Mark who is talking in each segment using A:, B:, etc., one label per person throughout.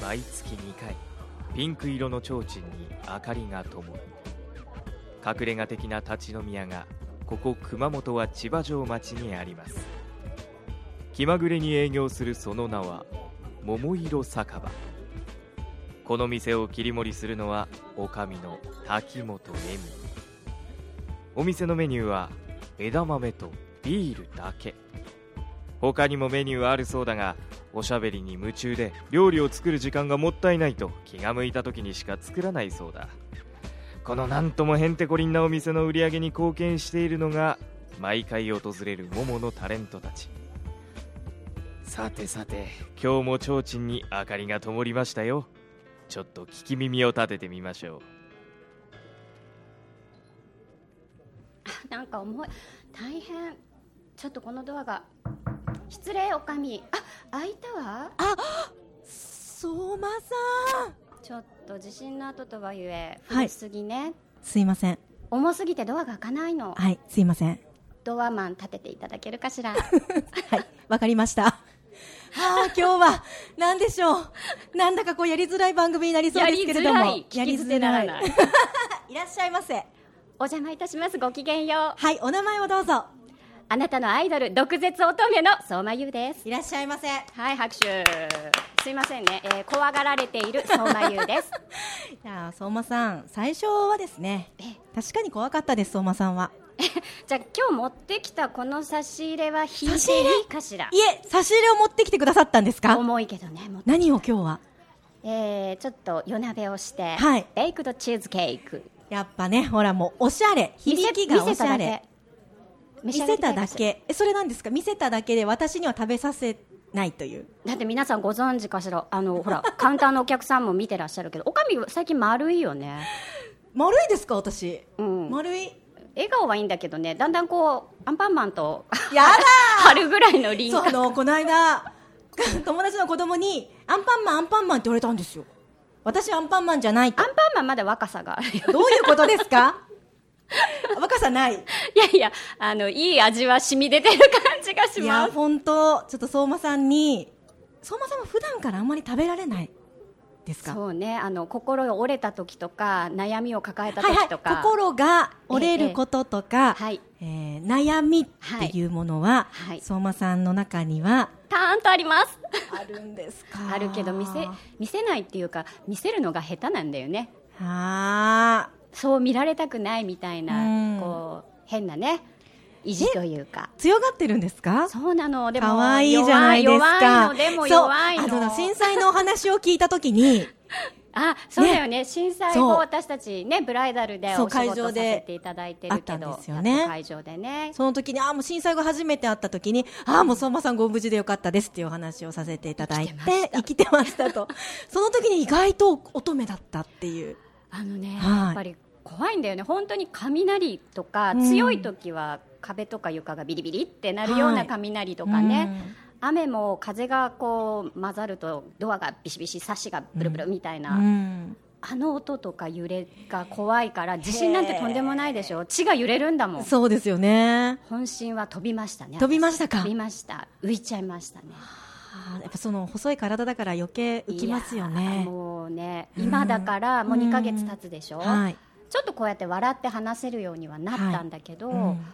A: 毎月2回ピンク色の提灯に明かりが灯る隠れ家的な立ち飲み屋がここ熊本は千葉城町にあります気まぐれに営業するその名は桃色酒場この店を切り盛りするのは女将の滝本恵美お店のメニューは枝豆とビールだけ他にもメニューはあるそうだがおしゃべりに夢中で料理を作る時間がもったいないと気が向いた時にしか作らないそうだこのなんともへんてこりんなお店の売り上げに貢献しているのが毎回訪れる桃のタレントたちさてさて今日も提灯に明かりが灯りましたよちょっと聞き耳を立ててみましょう
B: なんか重い大変ちょっとこのドアが失礼おかみあ開いたわ
C: 相馬さん
B: ちょっと地震の後とはいえ
C: はい
B: 古すぎね、
C: すいません
B: 重すぎてドアが開かないの
C: はいすいません
B: ドアマン立てていただけるかし ら
C: はいわかり ましたああ今日は何でしょうなんだかこうやりづらい番組になりそうですけれど
B: や
C: も
B: りづらい聞き捨てならない
C: いらっしゃいませ
B: お邪魔いたしますごきげんよう
C: はいお名前をどうぞ
B: あなたのアイドル毒舌乙女の相馬優です
C: いらっしゃいませ
B: はい拍手すいませんね、えー怖がられている相馬優 です
C: じゃあ相馬さん最初はですね
B: え
C: 確かに怖かったです相馬さんは
B: じゃあ今日持ってきたこの差し入れは引いていいかしら
C: いえ差し入れを持ってきてくださったんですか
B: 重いけどねもう
C: 何を今日は
B: えー、ちょっと夜鍋をして、
C: はい
B: ベイクドチーズケーキ
C: やっぱねほらもうおしゃれ響きがおしゃれ見
B: 見せ
C: せた
B: ただ
C: だ
B: け
C: けえそれなんですか見せただけで私には食べさせないという
B: だって皆さんご存知かしらあのほ らカウンターのお客さんも見てらっしゃるけどおかみ最近丸いよ ね
C: 丸いですか私、
B: うん
C: 丸い
B: 笑顔はいいんだけどねだんだんこうアンパンマンと
C: や
B: 春ぐらいの輪
C: そうあ
B: 郭
C: のこの間 友達の子供にアンパンマンアンパンマンって言われたんですよ私アンパンマンじゃない
B: ア
C: と
B: ンパンマンまだ若さがあるよ
C: どういうことですか若さない
B: いやいやあのいい味は染み出てる感じがし
C: いや
B: ます
C: 本当ちょっと相馬さんに相馬さんは普段からあんまり食べられないですか
B: そうねあの心が折れた時とか悩みを抱えた
C: はいは
B: 時
C: い
B: とか、
C: 心が折れることとか、
B: ええはい
C: えー悩みっていうものは、
B: はいはい
C: 相馬さんの中には
B: ターンとあります
C: あるんですか
B: あるけど見せ見せないっていうか見せるのが下手なんだよね
C: あー
B: そう見られたくないみたいな、
C: うん
B: こう変なね意地というか
C: 強がってるんですか
B: そうなのでも
C: 可愛いじゃないですか
B: 弱い弱いのでも弱いの
C: そうあの震災のお話を聞いたときに
B: あそうだよね震災後
C: そう
B: 私たちねブライダルで
C: そう
B: お仕
C: 会
B: 事
C: 場
B: さ
C: で
B: せていただいてるけど
C: あったんですよね
B: やっぱ会場でね
C: その時にあーもう震災後初めて会った時にあーもう相馬さんご無事でよかったですっていうお話をさせていただいて生きてましたとその時に意外と乙女だったっていう
B: あのね、
C: はい
B: やっぱり怖いんだよね本当に雷とか、
C: うん
B: 強い時は壁とか床がビリビリってなるよう
C: は
B: ない雷とかね、雨も風がこう混ざるとドアがビシビシサッシがブルブルみたいな、
C: うん
B: あの音とか揺れが怖いから地震なんてとんでもないでしょ血が揺れるんだもん
C: そうですよね
B: 本心は飛びましたね
C: 飛びましたか
B: 飛びました浮いちゃいましたね
C: あーやっぱその細い体だから余計浮きますよ
B: いやー
C: ね
B: もうね今だからもう2ヶ月経つでしょ、
C: はい
B: ちょっとこうやって笑って話せるようにはなったんだけど、
C: うん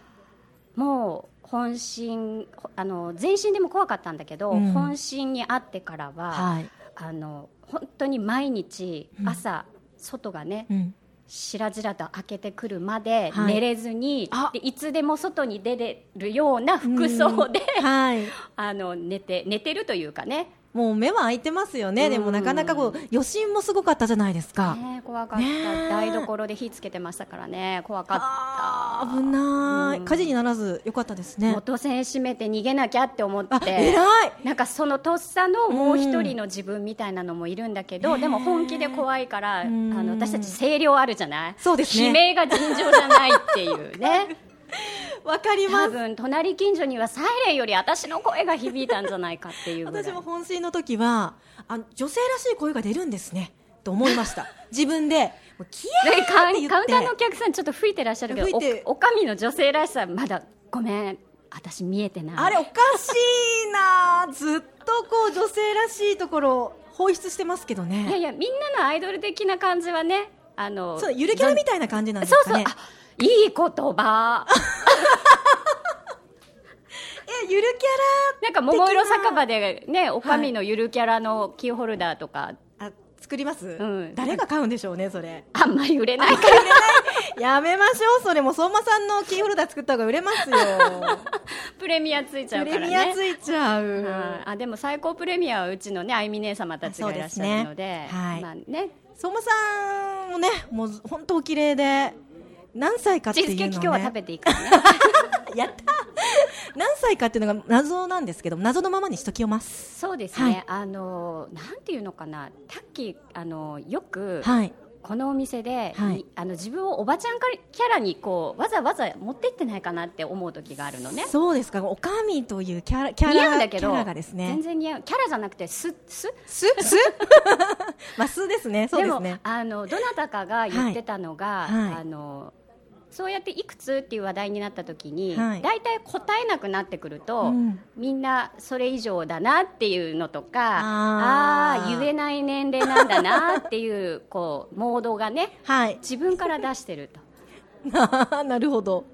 B: もう本心ほあの全身でも怖かったんだけど、
C: うん
B: 本心に会ってからは、
C: はい
B: あの本当に毎日
C: うん
B: 朝、外がね、
C: うん
B: 白々と開けてくるまで
C: はい
B: 寝れずに、
C: あ
B: い、でいつでも外に出れるような服装で、
C: はい
B: あの寝て寝てるというかね
C: もう目は開いてますよ
B: う
C: ね
B: ん
C: でもなかなかこう余震もすごかったじゃないですか、
B: ね怖かった、
C: ねえ
B: 台所で火つけてましたからね怖か
C: あ
B: っ
C: ー危ない、
B: うん
C: 火事にならずよかったです
B: た
C: ね
B: 元栓閉めて逃げなきゃって思っ
C: あ
B: て
C: 偉い
B: なんかそのとっさのもう一人の自分みたいなのもいるんだけど、でも本気で怖いから、
C: うん
B: あの私たち声量あるじゃない
C: そうですね
B: 悲鳴が尋常じゃないっていう ね
C: わかりま
B: 多
C: す
B: 分隣近所にはサイレンより私の声が響いたんじゃないかっていうぐらい
C: 私も本心の時はあ女性らしい声が出るんですねと思いました自分でもうキ
B: でカ
C: ヤーっ
B: ウ
C: て言
B: ン
C: って
B: カウンターのお客さんちょっと吹いてらっしゃるけど
C: 吹いて
B: おおかみの女性らしさまだごめん私見えてない
C: あれおかしいなずっとこう女性らしいところ放出してますけど
B: いや
C: ね。
B: いやみんなのアイドル的な感じはねあの
C: そうゆるキャラみたいな感じなんです
B: そう
C: か
B: そう
C: ね。
B: あいい言葉
C: えゆるキ
B: なんか桃色酒場でねおかみのゆるキャラのキーホルダーとか、
C: ャラあ作ります、
B: ん
C: 誰が買うんでしょうねそれ。
B: あんまり売れないから
C: やめましょうそれもう相馬さんのキーホルダー作った方が売れますよ。
B: プレミアついちゃ
C: プ
B: うから
C: レ
B: ね
C: ミアついちゃう。
B: はいあでも最高プレミアはうちのねあゆみ姉様たちがいらっしゃるので
C: そうですねはい
B: まあね
C: 相馬さんもねもう本当お綺麗で何歳かって
B: チーズ
C: いう
B: ケーキ今日
C: のを
B: は
C: ね
B: 食べていいからね
C: やったー何歳かっていうのが謎なんですけど謎のままにしときま す
B: そうですね、
C: はい
B: あのなんていうのかなタッキーあのよく
C: はい
B: このお店で、
C: はい
B: いあの自分をおばちゃんからキャラにこうわざわざ持ってってないかなって思う時があるのね
C: そうですかおかみというキャラキャ
B: 似合うん
C: ラ
B: だけ
C: キャ
B: ど
C: ラがですね
B: 全然似合うキャラじゃなくてすす
C: すす まあすですねそうです
B: で
C: ね
B: もあのどなたかが言ってたのが、
C: はいはい
B: あのそうやっていくつっていう話題になった時に、
C: はい
B: 大体答えなくなってくると、
C: うん
B: みんなそれ以上だなっていうのとか
C: あ
B: あ
C: ー
B: あー言えない年齢なんだなっていうこうモードが ね
C: はい
B: 自分から出してると
C: なるほど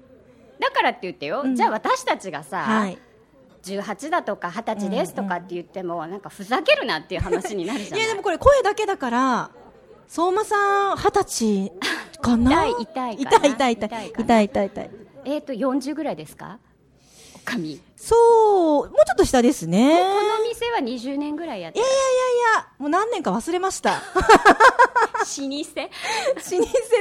B: だからって言ってよ、
C: うん
B: じゃあ私たちがさ、
C: はい
B: 18だとか20歳ですとかって言っても、なんかふざけるなっていう話になるじ
C: い
B: ゃな
C: や
B: い
C: でもこれ声だけだから相馬さん二十歳かな
B: 痛い痛いか
C: 痛
B: ない
C: 痛い痛い
B: 痛いかな
C: 痛い痛い痛い
B: えっ、と40ぐらいですかおかみ
C: そうもうちょっと下ですね
B: この店は20年ぐらいやっ
C: い
B: て
C: や
B: る
C: いやいやいやもう何年か忘れました
B: 老舗
C: 老舗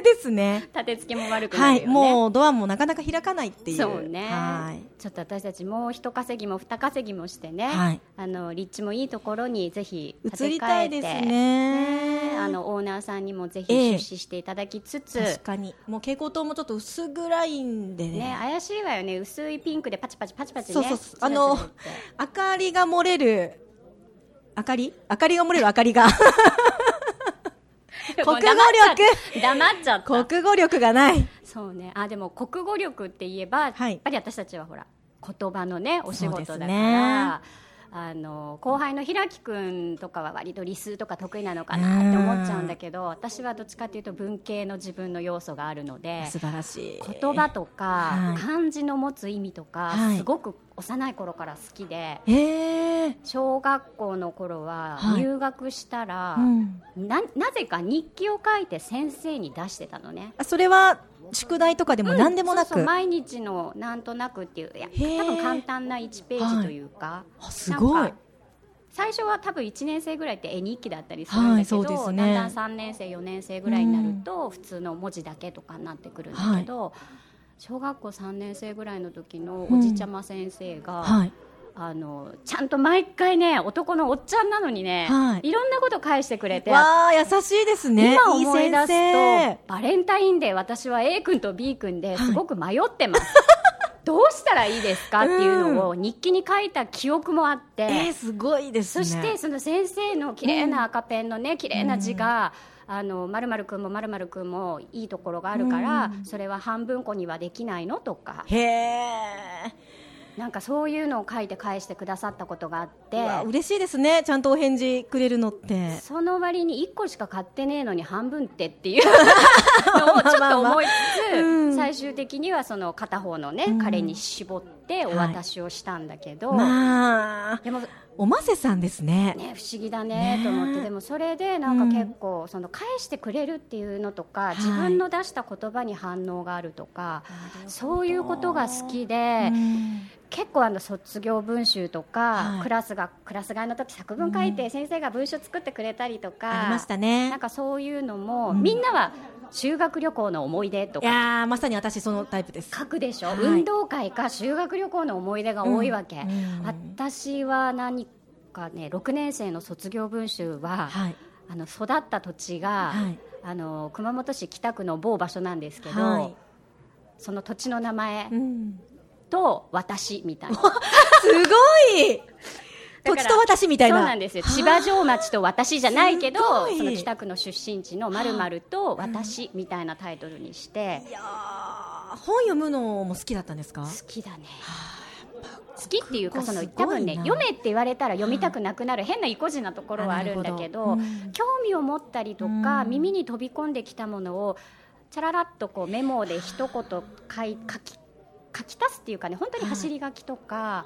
C: ですね
B: 立て付けも悪く
C: は
B: なるよ
C: い、
B: ね、
C: もうドアもなかなか開かないっていう。
B: そうね
C: はい。
B: ちょっと私たちもう一稼ぎも二稼ぎもしてね、
C: はい
B: あの立地もいいところにぜひ建て替えて
C: 移りたいですね。
B: あのオーナーさんにもぜひ
C: ええ
B: 出資していただきつつ、
C: 確かに。もう蛍光灯もちょっと薄暗いんでね。
B: ね、怪しいわよね薄いピンクでパチパチパチパチね
C: そうそうそう
B: チラ チラ
C: あの
B: 言って
C: 明かりが漏れる。明かり明かりが漏れる明 かりが。
B: もう
C: 国語
B: 黙っちゃった黙っちゃった
C: 国語力がない。
B: そうねあでも国語力って言えば、
C: はい
B: やっぱり私たちはほら言葉のねお仕
C: そうで
B: 事
C: す
B: だから、
C: ね
B: あの後輩の平木君とかは割と理数とか得意なのかなって思っちゃうんだけど私はどっちかというと文系の自分の要素があるので
C: 素晴らしい。
B: 言葉と
C: は
B: か
C: い
B: 漢字の持つ意味とか、
C: はい
B: すごく幼い頃から好きで
C: ええ。
B: 小学校の頃は
C: はい
B: 入学したら、
C: うん。
B: ななぜか日記を書いて先生に出してたのね。
C: あそれは宿題とかでも何でもな
B: そうそう
C: く。
B: 毎日のなんとなくっていういや
C: へー
B: 多分簡単な1ページというか、
C: あすご
B: なん
C: い
B: か。最初は多分1年生ぐらいって絵日記だったりするん
C: は
B: だ
C: い
B: けど、
C: そうですね
B: だんだん3年生4年生ぐらいになると普通の文字だけとかになってくるんだけど、小学校3年生ぐらいの時のおじちゃま先生が、
C: はい。
B: あのちゃんと毎回ね男のおっちゃんなのにね、
C: はい
B: い、ろんなこと返してくれて。
C: わあ優しいですね。
B: 今思い出
C: いい
B: す
C: 先
B: とバレンタインデー私は A 君と B 君ですごく迷って ます、どうしたらいいですかっていうのを日記に書いた記憶もあって、
C: 生。えー、すごいです
B: そ
C: ね。
B: してその先生の綺麗な赤ペンのね綺麗な字が、あのまるまるくんもまるまるくんもいいところがあるから、それは半分こにはできないのとか
C: へえ。
B: なんかそういうのを書いて返してくださったことがあって
C: うわ嬉しいですねちゃんとお返事くれるのって
B: その割に1個しか買ってねえのに半分ってって いうのをちょっと思いつ
C: うん
B: つ最終的にはその片方のね彼に絞ってお渡しをしたんだけど
C: まあ
B: でも
C: おませさんですね
B: ね不思議だねと思っ
C: ね
B: てでもそれでなんか結構その返してくれるっていうのと
C: い
B: か自分の出した言葉に反応があるとかそういうことが好き
C: う
B: で
C: ん
B: 結構あの卒業文集と
C: は
B: か
C: い
B: クラスがクラス替えの時作文書いて先生が文章作ってくれたりとか
C: ありました
B: なん
C: ね
B: かそういうのも、みんなは修学旅行の思い出と
C: い
B: か
C: やーまさに私そのタイプです
B: 書くでしょ、
C: はい
B: 運動会か修学旅行の思い出が多いわけ、
C: うんうん
B: 私は何かね6年生の卒業文集は、
C: はい
B: あの育った土地が、
C: はい
B: あの熊本市北区の某場所なんですけど、
C: は
B: その土地の名前
C: い、うん、
B: と私みたいな、
C: すごい
B: だか
C: 土
B: ら
C: 地と私みたい
B: そ
C: な
B: うなんですよ
C: はあ
B: 千葉城町と私じゃないけど
C: すごい
B: その北区の出身地のまると私みたいなタイトルにして、
C: いやー本読むのも好きだったんですか
B: 好きだね好きっていうか
C: ここ
B: その
C: すごいな
B: 多分ね読めって言われたら読みたくなくなる変な意固地なところはあるんだけど
C: あなるほどうん
B: 興味を持ったりとか、
C: うん
B: 耳に飛び込んできたものをチャララっとこうメモで一言書い書き書き足すっていうかね本当に走り書きとか、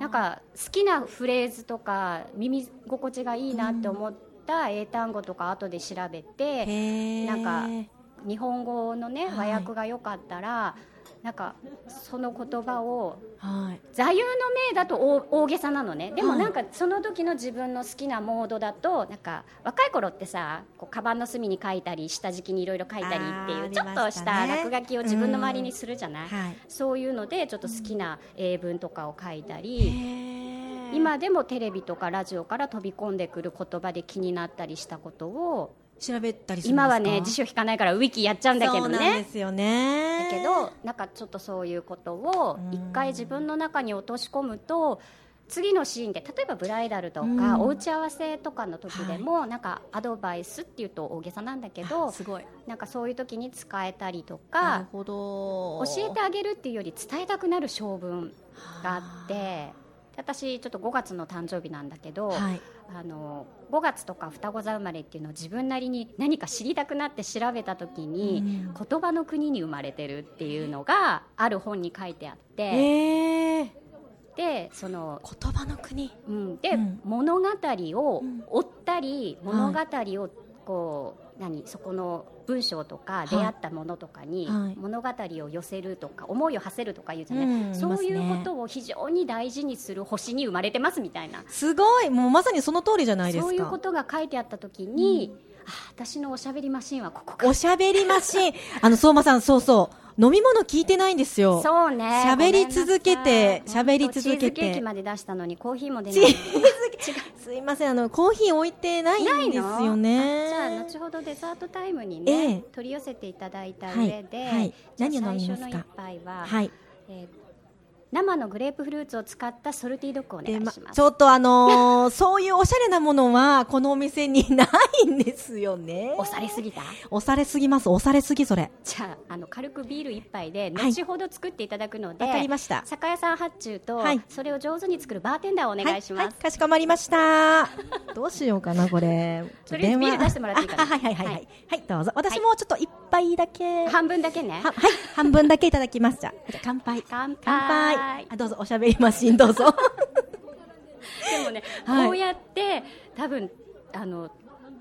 B: なんか好きなフレーズとか耳心地がいいなって思った英単語とか後で調べて。
C: へー
B: なんか日本語のね
C: はい
B: 和訳が良かったら、なんかその言葉を
C: はい
B: 座右の銘だと大大げさなのねでも
C: はい
B: なんかその時の自分の好きなモードだとなんか若い頃ってさこうカバンの隅に書いたり下敷きにいろいろ書いたりって
C: あ
B: い
C: ーあ
B: う
C: り
B: ちょっと
C: ま
B: し
C: したたね
B: 落書きを自分の周りにするじゃない、
C: はい
B: そういうのでちょっと好きな英文とかを書いた
C: へ
B: り。
C: ー
B: 今でもテレビとかラジオから飛び込んでくる言葉で気になったりしたことを
C: 調べたりします
B: 今
C: か
B: はね辞書引かないからウィキやっちゃうんだけど
C: そうなん
B: ね
C: ですよね
B: だけどなんかちょっとそういうことを
C: うん
B: 一回自分の中に落とし込むと次のシーンで例えばブライダルと
C: うん
B: かお打ち合わせとかの時でもなんかアドバイスっていうと大げさなんだけど
C: すごい
B: なんかそういう時に使えたりと
C: なる
B: か
C: ほど
B: 教えてあげるっていうより伝えたくなる性分があってで私ちょっと5月の誕生日なんだけど、
C: はい
B: あの5月とか双子座生まれっていうのを自分なりに何か知りたくなって調べた時に、
C: うん
B: 言葉の国に生まれてるっていうのがある本に書いてあって、
C: えー
B: でその、
C: 言葉の国
B: うん、で、
C: うん
B: 物語を追ったり、
C: ん
B: 物語をこう、何そこの文章とか
C: い
B: 出会ったものとかに
C: はい
B: 物語を寄せるとか思いを馳せるとかいうじゃない、
C: うん
B: そうい
C: いうます
B: こ
C: ね
B: とを非常に大事にする星に生まれてますみたいな
C: すごいもうまさにその通りじゃないですか
B: そういうことが書いてあった時に、あ私のおしゃべりマシンはここか
C: おしゃべりマシン あの相馬さんそうそう飲み物聞いてないんですよ
B: そうね
C: 喋り続けて
B: ごめんなさい
C: 喋り続けて
B: チーズケーキまで出したのにコーヒーも出
C: チ
B: な
C: ー
B: い
C: ズすいませんあのコーヒー置いてないんですよね
B: じゃあ後ほどデザートタイムに
C: え
B: ね、
C: え
B: 取り寄せていただいた上で、
C: はいはい
B: じゃあ
C: 何を飲みますか
B: 最初の一杯は、
C: はい
B: えー生のグレープフルーツを使ったソルティードッグをお願
C: で
B: い
C: ま
B: します
C: ちょっとあの ーそういうおしゃれなものはこのお店にないんですよね
B: 押されすぎた
C: 押されすぎます押されすぎそれ
B: じゃああの軽くビール一杯で
C: はい
B: 後ほど作っていただくので、
C: わかりました
B: 酒屋さん発注と、
C: はい
B: それを上手に作るバーテンダーをお願いします、
C: はいはいかしこまり ました。どうしようかな、これ。
B: とりあえずビール出してもらっていいかな
C: ああはいはいはいは
B: はい
C: い。はい、どうぞ。私もちょっと一杯だけ。は、
B: 半分だけね
C: はい、半分だけいただきます。じゃあ、じゃあ乾杯。
B: 乾杯
C: 乾杯。あ、どうぞ、おしゃべりマシン、どうぞ。
B: でもね、
C: はい
B: こうやって多分あの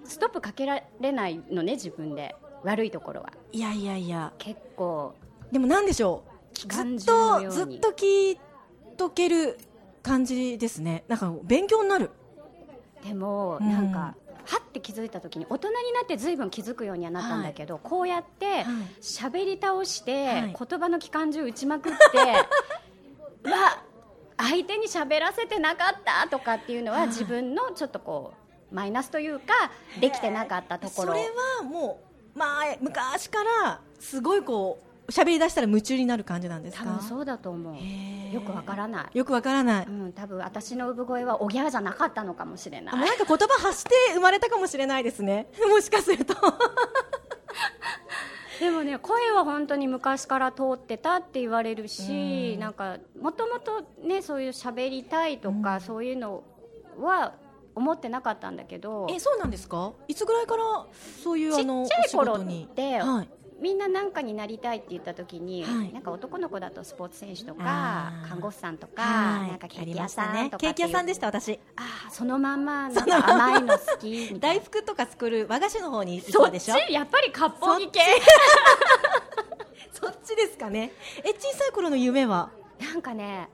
B: ストップかけられないのね自分で悪いところ はい
C: やいやいや。
B: 結構
C: でもなんでしょ
B: 期
C: う。ず
B: 間
C: っ
B: 中の
C: と、
B: よ
C: ず
B: う
C: っ
B: に
C: と聞いとける感じですね。なんか、勉強になる。
B: でも
C: うん
B: なんか、はって気づいた時に大人になってずいぶん気づくようにはなったんだけど、こうやって喋り倒して、
C: はい
B: 言葉の機関銃打ちまくって うわ相手に喋らせてなかったとかっていうのは、
C: はい
B: 自分のちょっとこうマイナスというかできてなかったとこ
C: そ
B: ろ
C: れはもう、まあ、昔から、すごいこう、しゃべり出したら夢中になる感じなんです
B: 多
C: か
B: 分そうだと思う。
C: へー
B: よくわからない
C: よくわからない、
B: うん、多分私の産声はおぎゃーじゃなかったのかもしれな
C: あもう
B: い。
C: なんか言葉発して生まれたかもしれないですね もしかすると
B: でもね、声は本当に昔から通ってたって言われるし、
C: うん
B: なんかもともとね、そういう喋りたいとか、
C: うん
B: そういうのは思ってなかったんだけど、
C: えそうなんですかいつぐらいからそういうあ
B: ち
C: の
B: っちゃい頃
C: お仕事に
B: って
C: はい、
B: みんななんかになりたいって言った時に、
C: はい
B: なんか男の子だとスポーツ選手とか
C: あー
B: 看護師さんとか、
C: はい
B: なんかケ
C: あ
B: ー
C: り
B: キ
C: ま
B: 屋
C: した
B: さ
C: ね
B: んとか
C: ケー
B: って
C: キ
B: いう
C: 屋さんでした私
B: あーそのまんまなんか甘いの好きみたい
C: 大
B: な
C: 福とか作る和菓子の方に行
B: そ
C: く
B: っ
C: で
B: ち
C: しょ
B: やっぱり割烹着系
C: そっちですかねえ小さい頃の夢は
B: なんかね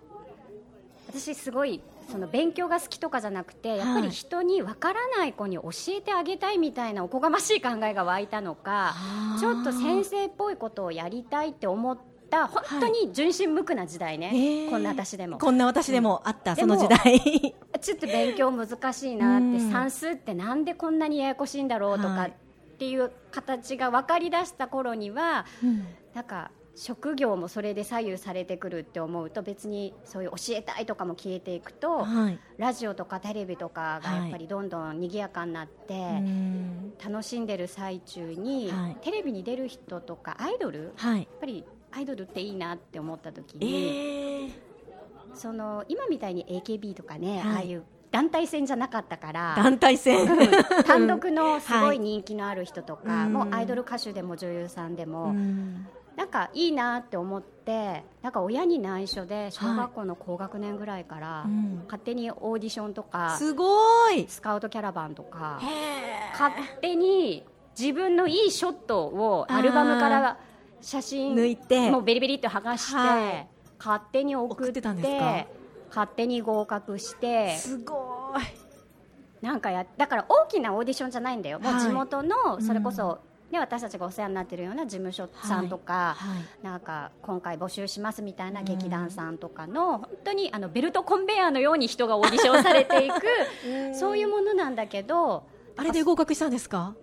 B: 私すごいその勉強が好きとかじゃなくてやっぱり人にわからない子に教えてあげたいみたいなおこがましい考えが湧いたのかちょっと先生っぽいことをやりたいって思った本当に純真無垢な時代ね、
C: えー
B: こんな私でも
C: こんな私でもあった、
B: ん
C: その 時代
B: ちょっと勉強難しいなっ
C: う
B: て
C: ん
B: 算数ってなんでこんなにややこしいんだろうとか
C: は
B: っ
C: い
B: ていう形が分かりだした頃にはなんか職業もそれで左右されてくるって思うと別にそういう教えたいとかも消えていくと、
C: はい
B: ラジオとかテレビとかがやっぱりどんどん賑やかになって、
C: うん
B: 楽しんでる最中に、
C: はい
B: テレビに出る人とかアイドルやっ
C: はい
B: ぱりアイドルっていいなって思った時
C: え
B: に、
C: ー
B: その今みたいに AKB とかね、
C: はい
B: ああいう団体戦じゃなかったから
C: 団体戦、
B: うん単独のすごい人気のある人とか、
C: はい
B: もうアイドル歌手でも女優さんでも、
C: うん
B: なんかいいなって思ってなんか親に内緒で小学校の高学年ぐらいから、
C: うん
B: 勝手にオーディションとか
C: すごい
B: スカウトキャラバンとか
C: へえ
B: 勝手に自分のいいショットをアルバムから写真
C: 抜いて
B: もうベリベリって剥がして、
C: はい
B: 勝手に送って
C: 送ってたんですか
B: 勝手に合格して
C: すごい
B: なんかやだから大きなオーディションじゃないんだよ、も
C: は
B: う
C: い
B: 地元の
C: ん
B: それこそ、ね私たちがお世話になってるような事務所さんとか、
C: はい
B: なんか今回募集しますみたいな劇団さんとかの、本当にあのベルトコンベヤーのように人がオーディションされていくそういうものなんだけど
C: あれで合格したんですか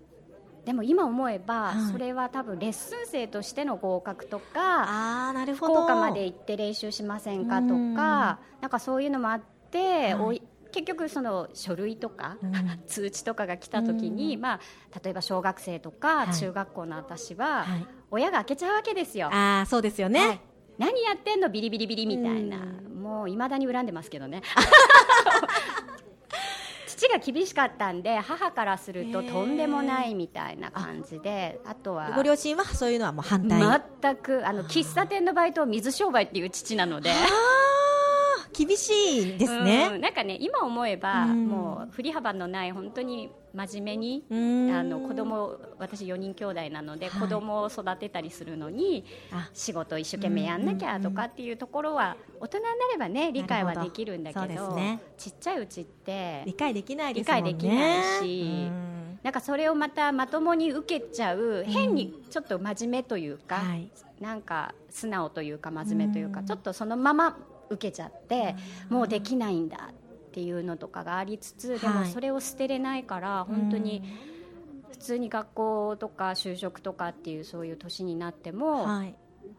B: でも今思えば、
C: はい
B: それは多分レッスン生としての合格とか
C: ああなるほ
B: 福岡まで行って練習しませんかとか、
C: うん
B: なんかそういうのもあって、
C: はい
B: おい結局その書類とか、
C: うん
B: 通知とかが来た時に、まあ例えば小学生とか
C: はい
B: 中学校の私は、
C: はい
B: 親が開けちゃうわけですよ。
C: ああそうですよね、
B: はい何やってんのビリビリビリみたいな、
C: う
B: もういまだに恨んでますけど ね父が厳しかったんで母からすると
C: へー
B: とんでもないみたいな感じであとは
C: ご両親はそういうのはもう反対、あ
B: 全くあの喫茶店のバイトを水商売っていう父なので。
C: あ厳しいです
B: う
C: ね
B: んなんかね今思えば、
C: うん
B: もう振り幅のない本当に真面目に、
C: うん
B: あの子供を私4人兄弟なので、
C: はい
B: 子供を育てたりするのに
C: あ
B: 仕事一生懸命やんなきゃとかっていうところは大人になればね理解はできるんだけど
C: なるほどそうですね
B: ちっちゃいうちって
C: 理解できないですもんね
B: 理解できないし
C: うん
B: なんかそれをまたまともに受けちゃう変にちょっと真面目というか、
C: はい
B: なんか素直というか真面目というか、
C: うん
B: ちょっとそのまま受けちゃって、もうできないんだっていうのとかがありつつ、で
C: は
B: も
C: い
B: それを捨てれないから本当に普通に学校とか就職とかっていうそういう年になっても、
C: はい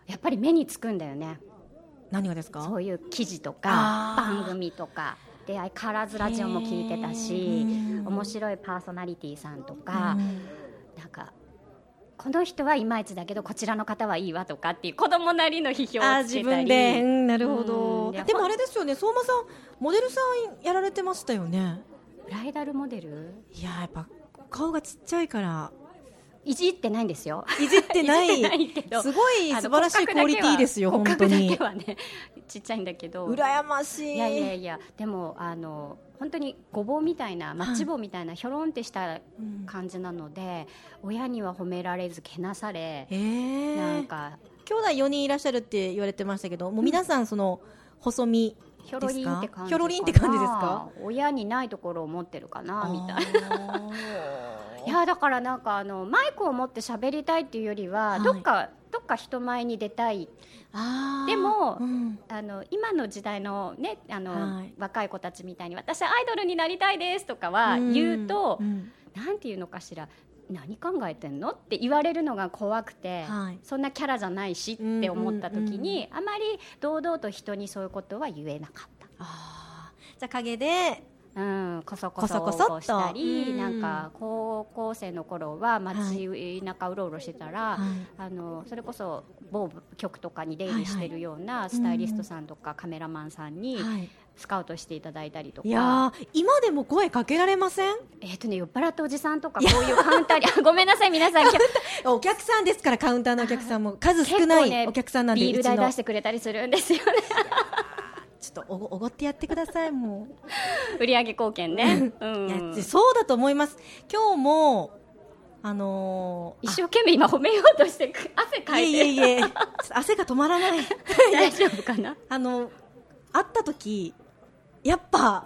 B: やっぱり目につくんだよね
C: 何がですか
B: そういう記事と
C: あ
B: か
C: ー
B: 番組とかであカラーズラジオも聞いてたし
C: うん
B: 面白いパーソナリティさんとか、なんかこの人はいまいちだけどこちらの方はいいわとかっていう子供なりの批評
C: あー
B: をつ
C: 自
B: けた
C: 分
B: り
C: で、うんなるほど
B: うんいや
C: でもあれですよね相馬さんモデルさんやられてましたよね
B: ブライダルモデル
C: いやーやっぱ顔がちっちゃい から
B: いじってないんですよ。
C: いじってな
B: い
C: い
B: じってないけど
C: すごい
B: あの
C: 素晴らし
B: 骨格だ
C: い
B: け
C: ク
B: は
C: オリティですよ本
B: 骨
C: 当
B: 格だ
C: に
B: けはねちっちゃいんだけど。
C: 羨ましい
B: いやいやいやでもあの本当にごぼうみたいなマッチ棒みたいなひょろんってした
C: うん
B: 感じなので、親には褒められずけなされ
C: え
B: なん
C: ー、
B: か
C: 兄弟4人いらっしゃるって言われてましたけどもう皆さんその細身
B: ひょろりんって感じかな
C: ひょろりんって感じですか
B: 親にないところを持ってるかなみたいな
C: な
B: いやだからなんかあのマイクを持って喋りたいっていうよりは、
C: はい
B: どっかどっか人前に出たい
C: あー
B: でも
C: うん
B: あの今の時代のねあの、
C: はい
B: 若い子たちみたいに私はアイドルになりたいですとかは言うと、
C: ん
B: なんていうのかしら何考えてんのって言われるのが怖くて、
C: はい
B: そんなキャラじゃないしって思った時に、あまり堂々と人にそういうことは言えなかった。
C: あーじゃあ陰で
B: うん、こそこそ
C: こそこそっと
B: をしたり
C: うん
B: なんか高校生の頃は街中うろうろしてたら、
C: はい
B: あのそれこそ某局とかに出入りしてるようなスタイリストさんとかカメラマンさんに
C: はい
B: スカウトしていただいたりとか、
C: いやー今でも声かけられません
B: えっ、とね酔っ払ったおじさんとかこういうカウンターに あごめんなさい皆さん
C: お客さんですからカウンターのお客さんも数
B: 結
C: 少
B: 構
C: ない
B: ね
C: お客さんなんで、
B: ビール
C: う
B: 代
C: ちの
B: 出してくれたりするんですよね
C: ちょっとおごおごってやってくださいもう
B: 売上貢献ね、うん、
C: いやそうだと思います今日もあのー
B: 一
C: あ
B: 生懸命今褒めようとしてく汗かい
C: い
B: て
C: えいえいえちょっと汗が止まらない
B: 大丈夫かな
C: あの会った時やっぱ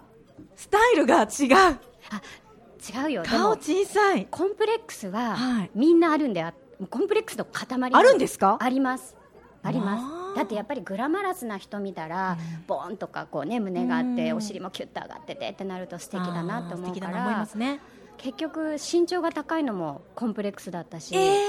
C: スタイルが違う
B: 違うよでも
C: 顔小さい
B: コンプレックスは、
C: はい
B: みんなあるんだよコンプレックスの塊
C: あるんですか
B: ありますあり
C: ま
B: ま
C: あ
B: すだってやっぱりグラマラスな人見たら、ボーンとかこうね胸があって、
C: うん
B: お尻もキュッと上がっててってなると素敵だなと
C: あー素
B: 思う
C: 敵
B: か
C: だな思いま
B: ら
C: すね
B: 結局身長が高いのもコンプレックスだったし、
C: えー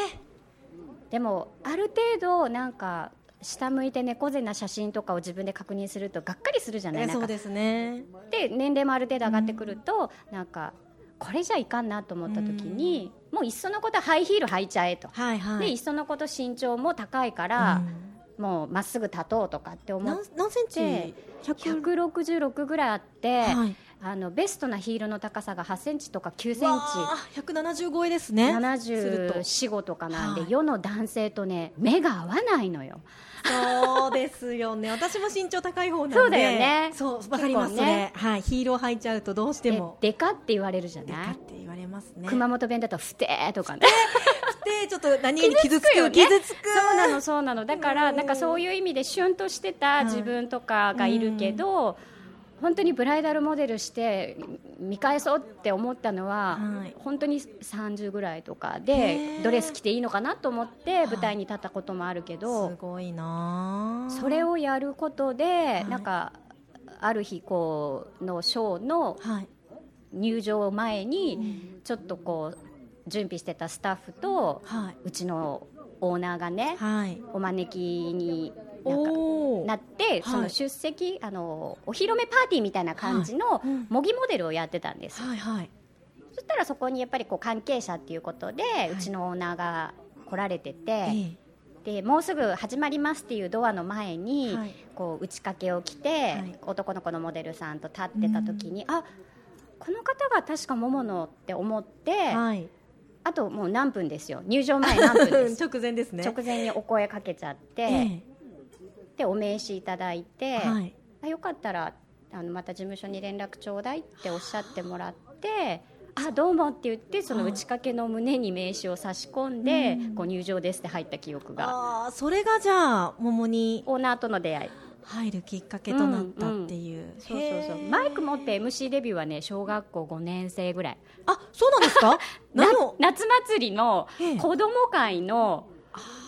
B: でもある程度なんか下向いて猫背な写真とかを自分で確認するとがっかりするじゃない
C: え
B: なん
C: そう
B: か
C: ですね
B: で年齢もある程度上がってくると、なんかこれじゃいかんなと思った時に、もういっそのことはハイヒール履いちゃえと、
C: はいはい
B: でいっそのこと身長も高いから、もうまっすぐ立とうとかって思っ
C: 何
B: て
C: 何センチ
B: で
C: 100
B: 166ぐらいあって、
C: はい
B: あのベストなヒールの高さが8センチとか9セン
C: わ
B: チ。
C: あ170超えですねすると
B: 74、5とかなんで、
C: はい
B: 世の男性とね目が合わないのよ
C: そうですよね。私も身長高い方なんで。
B: そうだよね
C: そう、わかります、
B: 結構ね
C: ね、それ。はい、ヒールを履いちゃうとどうして
B: で
C: も。
B: でかって言われるじゃ
C: で
B: な
C: か
B: い、
C: って言われますね。
B: 熊本弁だと「ふてー」とかね
C: で、ちょっと何気に傷つ
B: くよ
C: く、
B: ね
C: 傷つく。
B: そうなのそうなのだから
C: うん
B: なんかそういう意味でシュンとして
C: い
B: た自分とかがいるけど、本当にブライダルモデルして見返そうって思ったのは、
C: はい
B: 本当に30ぐらいとか
C: へ
B: で
C: ー
B: ドレス着ていいのかなと思って
C: い
B: 舞台に立ったこともあるけど、
C: すごいなあ
B: それをやることで、
C: い
B: なんかある日こうのショーの
C: はい。
B: 入場前にちょっとこう準備してたスタッフと
C: はい。
B: うちのオーナーがね、
C: はい。
B: お招きになんか
C: おお。
B: なって、その出席あのお披露目パーティーみたいな感じの
C: いうん
B: 模擬モデルをやってたんです、
C: はいはい。
B: そしたらそこにやっぱりこう関係者っていうことで、
C: いう
B: ちのオーナーが来られてて、
C: え
B: でもうすぐ始まりますっていうドアの前
C: え
B: に、
C: はい。
B: こう打ち掛けを着て、
C: はい
B: 男の子のモデルさんと立ってた時に、あこの方が確か桃野って思って、
C: はい。
B: あともう何分ですよ入場前何分 です
C: 直前ですね。
B: 直前にお声かけちゃって、
C: え
B: でお名刺いただい
C: え
B: て、
C: はい。
B: あよかったらあのまた事務所に連絡ちょうだいっておっしゃってもらって。あどうもって言ってその打ち掛けの胸に名刺を差し込んで、
C: うん
B: こう入場ですって入った記憶が
C: ああ、それがじゃあ、桃に
B: オーナーとの出会い
C: 入るきっかけとなったっていう。
B: そうそうそう
C: へえ
B: マイク持って MC デビューはね小学校5年生ぐらい
C: あ、そう なんですか
B: な
C: 何を
B: 夏祭りの
C: ええ
B: 子ども会の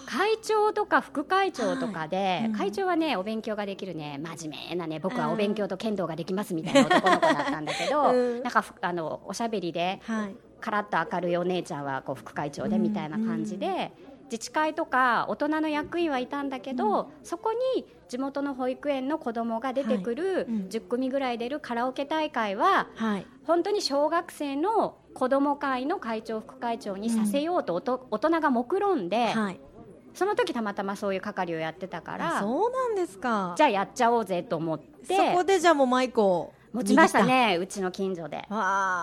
B: 会長とか副会長とかで、
C: うん
B: 会長はねお勉強ができるね真面目なね僕はお勉強と剣道ができますみたいな男の子だったんだけど、
C: うん
B: なんかふあのおしゃべりで
C: はい。
B: カラッと明るいお姉ちゃんはこう副会長で
C: うん
B: みたいな感じで、自治会とか大人の役員はいたんだけど、そこに地元の保育園の子供が出てくる、
C: うん
B: 10組ぐらい出るカラオケ大会は
C: はい。
B: 本当に小学生の子供会の会長副会長にさせようとおと大人が目論んで、
C: はい。
B: その時たまたまそういう係をやってたから
C: あそうなんですか。
B: じゃあやっちゃおうぜと思って
C: そこでじゃあもうマイクを
B: 持ちました。ねうちの近所で
C: わ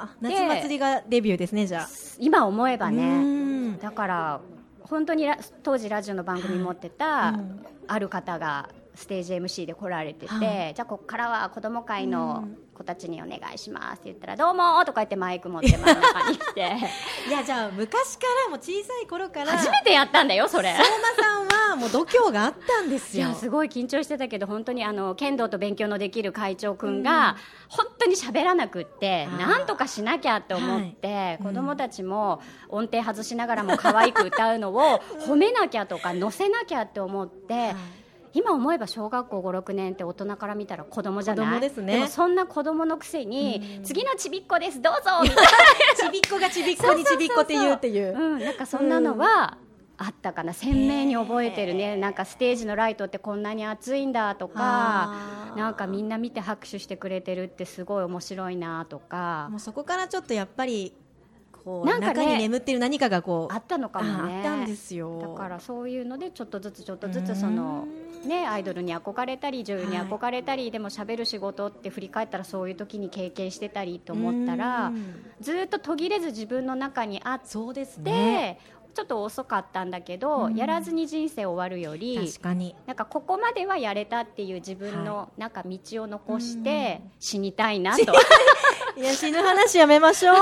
C: あ、
B: で
C: 夏祭りがデビューですねじゃ
B: 今思え
C: あ。
B: ば
C: う
B: ね
C: ーん
B: だから本当にラ当時ラジオの番組持ってた、
C: うん
B: ある方がステージ MC で来られてて、
C: はい
B: じゃあここからは子ども会の
C: うん
B: 子たちにお願いしますって言ったら「どうも!」とか言ってマイク持って真ん中に来て
C: いやじ ゃあ昔からもう小さい頃から
B: 初めてやったんだよそれ。
C: 相馬さんはもう度胸があったんです
B: い
C: よ。
B: やすごい緊張してたけど本当にあの剣道と勉強のできる会長くんが、
C: うん
B: 本当に喋らなくって
C: あー
B: なんとかしなきゃと思って、
C: い
B: 子供たちも音程外しながらも可愛く歌うの を褒めなきゃとか乗せなきゃって思って、
C: はい
B: 今思えば小学校56年って大人から見たら子供じゃない
C: 子供ですね
B: もそんな子供のくせに、
C: うん
B: 次のちびっこですどうぞみたいな
C: ちびっこがちびっこにちびっこって言うっていう。
B: うん、なんかそんなのはあったかな、鮮明に覚えてるね、なんかステージのライトってこんなに熱いんだと
C: あ
B: か、
C: ー
B: なんかみんな見て拍手してくれてるって、すごい面白いなとか
C: も、うそこからちょっとやっぱりこう
B: なんかね
C: 中に眠っている何かがこう
B: あったのかもね。
C: あったんですよ。
B: だからそういうのでちょっとずつちょっとず
C: う
B: つ
C: ん
B: そのねアイドルに憧れたり女優に
C: はい
B: 憧れたりでも喋る仕事って振り返ったらそういう時に経験してたりと思ったら
C: うん
B: ずーっと途切れず自分の中にあっ
C: そうです
B: で、
C: ね。
B: ちょっと遅かったんだけど、
C: うん
B: やらずに人生終わるより
C: 確かに。
B: なんかここまではやれたっていう自分のなんか道を残して死にたいなと、
C: いや死ぬ話やめま しょう。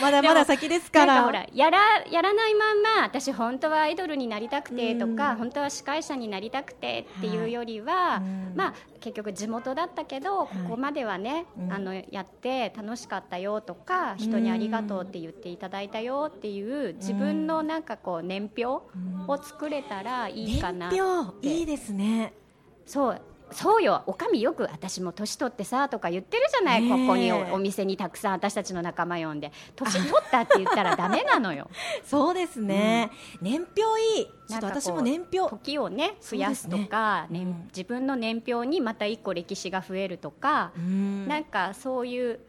C: まだまだ先ですか
B: なん
C: ら。
B: かほらやらやらないまんま私本当はアイドルになりたくてとか、
C: うん
B: 本当は司会者になりたくてっていうよりは、
C: うん
B: まあ、結局地元だったけど、
C: い
B: ここまではね、
C: うん
B: あのやって楽しかったよとか人にありがとうって言っていただいたよっていう自分のなんかこう年表、
C: うん
B: を作れたらいいかな
C: 年表いいですね
B: そうそうよおかみよく私も年取ってさとか言ってるじゃない、
C: ねえ
B: ここにおお店にたくさん私たちの仲間呼んで年取ったって言ったらダメなのよ
C: そうですね、年表いいちょっと
B: なんかこう
C: 私も年表
B: 時をね増やすとか
C: そうですね
B: ね
C: うん
B: 自分の年表にまた一個歴史が増えるとか
C: う、ん
B: なんかそういう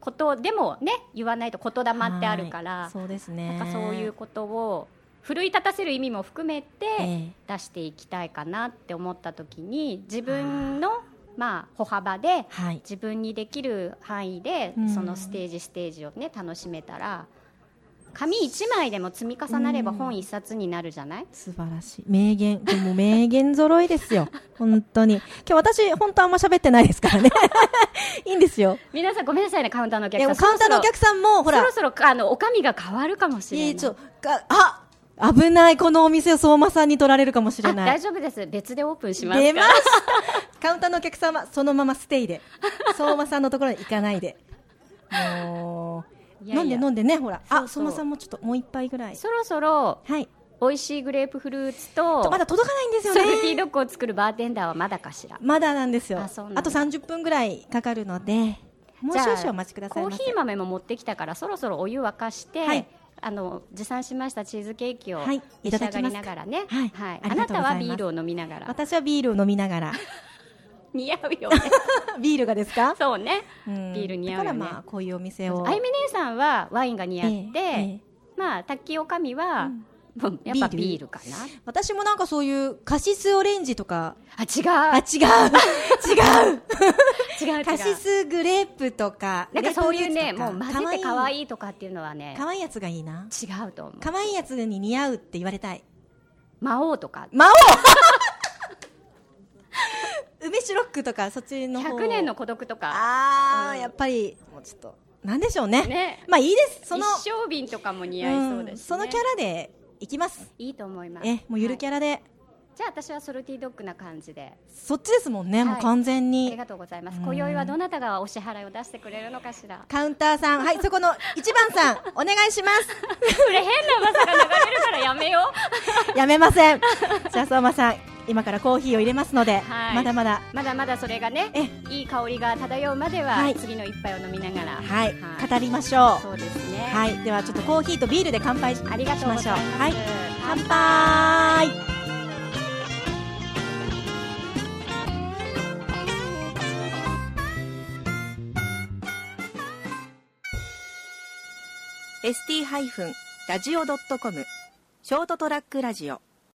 B: ことでもね言わないと言霊ってあるから、
C: はいそうです
B: な
C: ね
B: んかそういうことを奮い立たせる意味も含めて
C: え
B: 出していきたいかなって思った時に自分のまあ歩幅で
C: はい。
B: 自分にできる範囲で
C: うん
B: そのステージステージをね楽しめたら紙1枚でも積み重なれば
C: うん
B: 本1冊になるじゃない
C: 素晴らしい。名言。でも名言揃いですよ。 本当に。今日私、本当あんま喋ってないですからね。 いいんですよ。
B: 皆さんごめんなさいねカウンターのお客
C: で
B: さ
C: も
B: ん
C: カウンターのお客さんも、
B: そろ
C: ほ
B: そ
C: ら
B: ろ、そろそろあのお上が変わるかもしれない
C: えーちょ、かあ危ない。このお店を相馬さんに取られるかもしれ
B: あ
C: な
B: 大
C: い。
B: 丈夫です別でオープンします
C: 出
B: か
C: ました。カウンターのお客さんは、そのままステイで。 相馬さんのところに行かないで。もう、
B: いやいや
C: 飲んで飲んでね、ほら。
B: そうそう
C: あ、相馬さんもちょっともう一杯ぐらい。
B: そろそろ
C: はい。
B: 美味しいグレープフルーツと
C: まだ届かないんですよ
B: ソ
C: ね。
B: ルティードッグを作るバーテンダーはまだかしら
C: まだなんですよ。
B: あ
C: あ
B: そうなんだ
C: と30分ぐらいかかるので、もう
B: じゃあ
C: 少々お待ちください
B: コー
C: ませ。
B: ヒー豆も持ってきたからそろそろお湯沸かして、
C: はい
B: あの持参しましたチーズケーキを
C: はい
B: 召し上がりながらね、
C: いただきますかはい
B: あ
C: あ
B: な
C: りがとう
B: た
C: ございます
B: はビールを飲みながら
C: 私はビールを飲みな がら。
B: 似合うよね
C: ビールがですか
B: そう ね
C: うん
B: ビール似合うよね
C: だからまあ、こういうお店を。
B: あゆみ姉さんはワインが似合って、
C: えええ
B: まあ卓球おかみは、
C: うん
B: もうやっぱ
C: ビール
B: ビールかな
C: え私もなんかそういうカシスオレンジとか、
B: あ違
C: あ、
B: う
C: 違う違う
B: 違う違う
C: カシスグレープとか、
B: なんかそういうね
C: グレー
B: もう
C: プフルーツと
B: 混ぜて可
C: い
B: 愛いとかっていうのはね
C: 可愛いやつがいいな。
B: 違うと思う
C: 可愛いやつに似合うって言われたい。
B: 魔王とか
C: 魔王梅シロックとか、そっちの方。
B: 100年の孤独とか
C: あー、
B: うん
C: やっぱり、もうちょっと、なんでしょうね。
B: ね
C: まあいいです。そ
B: 一
C: の、
B: 生瓶とかも似合いそう
C: う
B: で
C: ん
B: す、ね
C: そのキャラでいきます。
B: いいと思います
C: え、もうゆるキ
B: ャ
C: ャラで。
B: ラじゃあ私はソルティドッグな感じで
C: そっちですもんね、
B: はい
C: もう完全
B: あり
C: に
B: が。とうございます
C: うん
B: 今宵はどなたがお支払いを出してくれるのかしら
C: カウンターさん、はい、そこの一番さん、お願いし ます。
B: これ変な噂が流れるからやめよう
C: やめません。じゃあ、相馬さん、今からコーヒーを入れますので、
B: はい
C: まだまだ、
B: まだまだそれがね
C: え
B: いい香りが漂うまでは、
C: はい
B: 次の一杯を飲みながら
C: はい、語りましょ
B: そうですね
C: う。はい、ではちょっとコーヒーとビールで乾杯し
B: ありがとうございます
C: しましょうはい、
B: 乾
C: 乾
B: 杯
C: 杯
D: ST-radio.com ショートトラックラジオ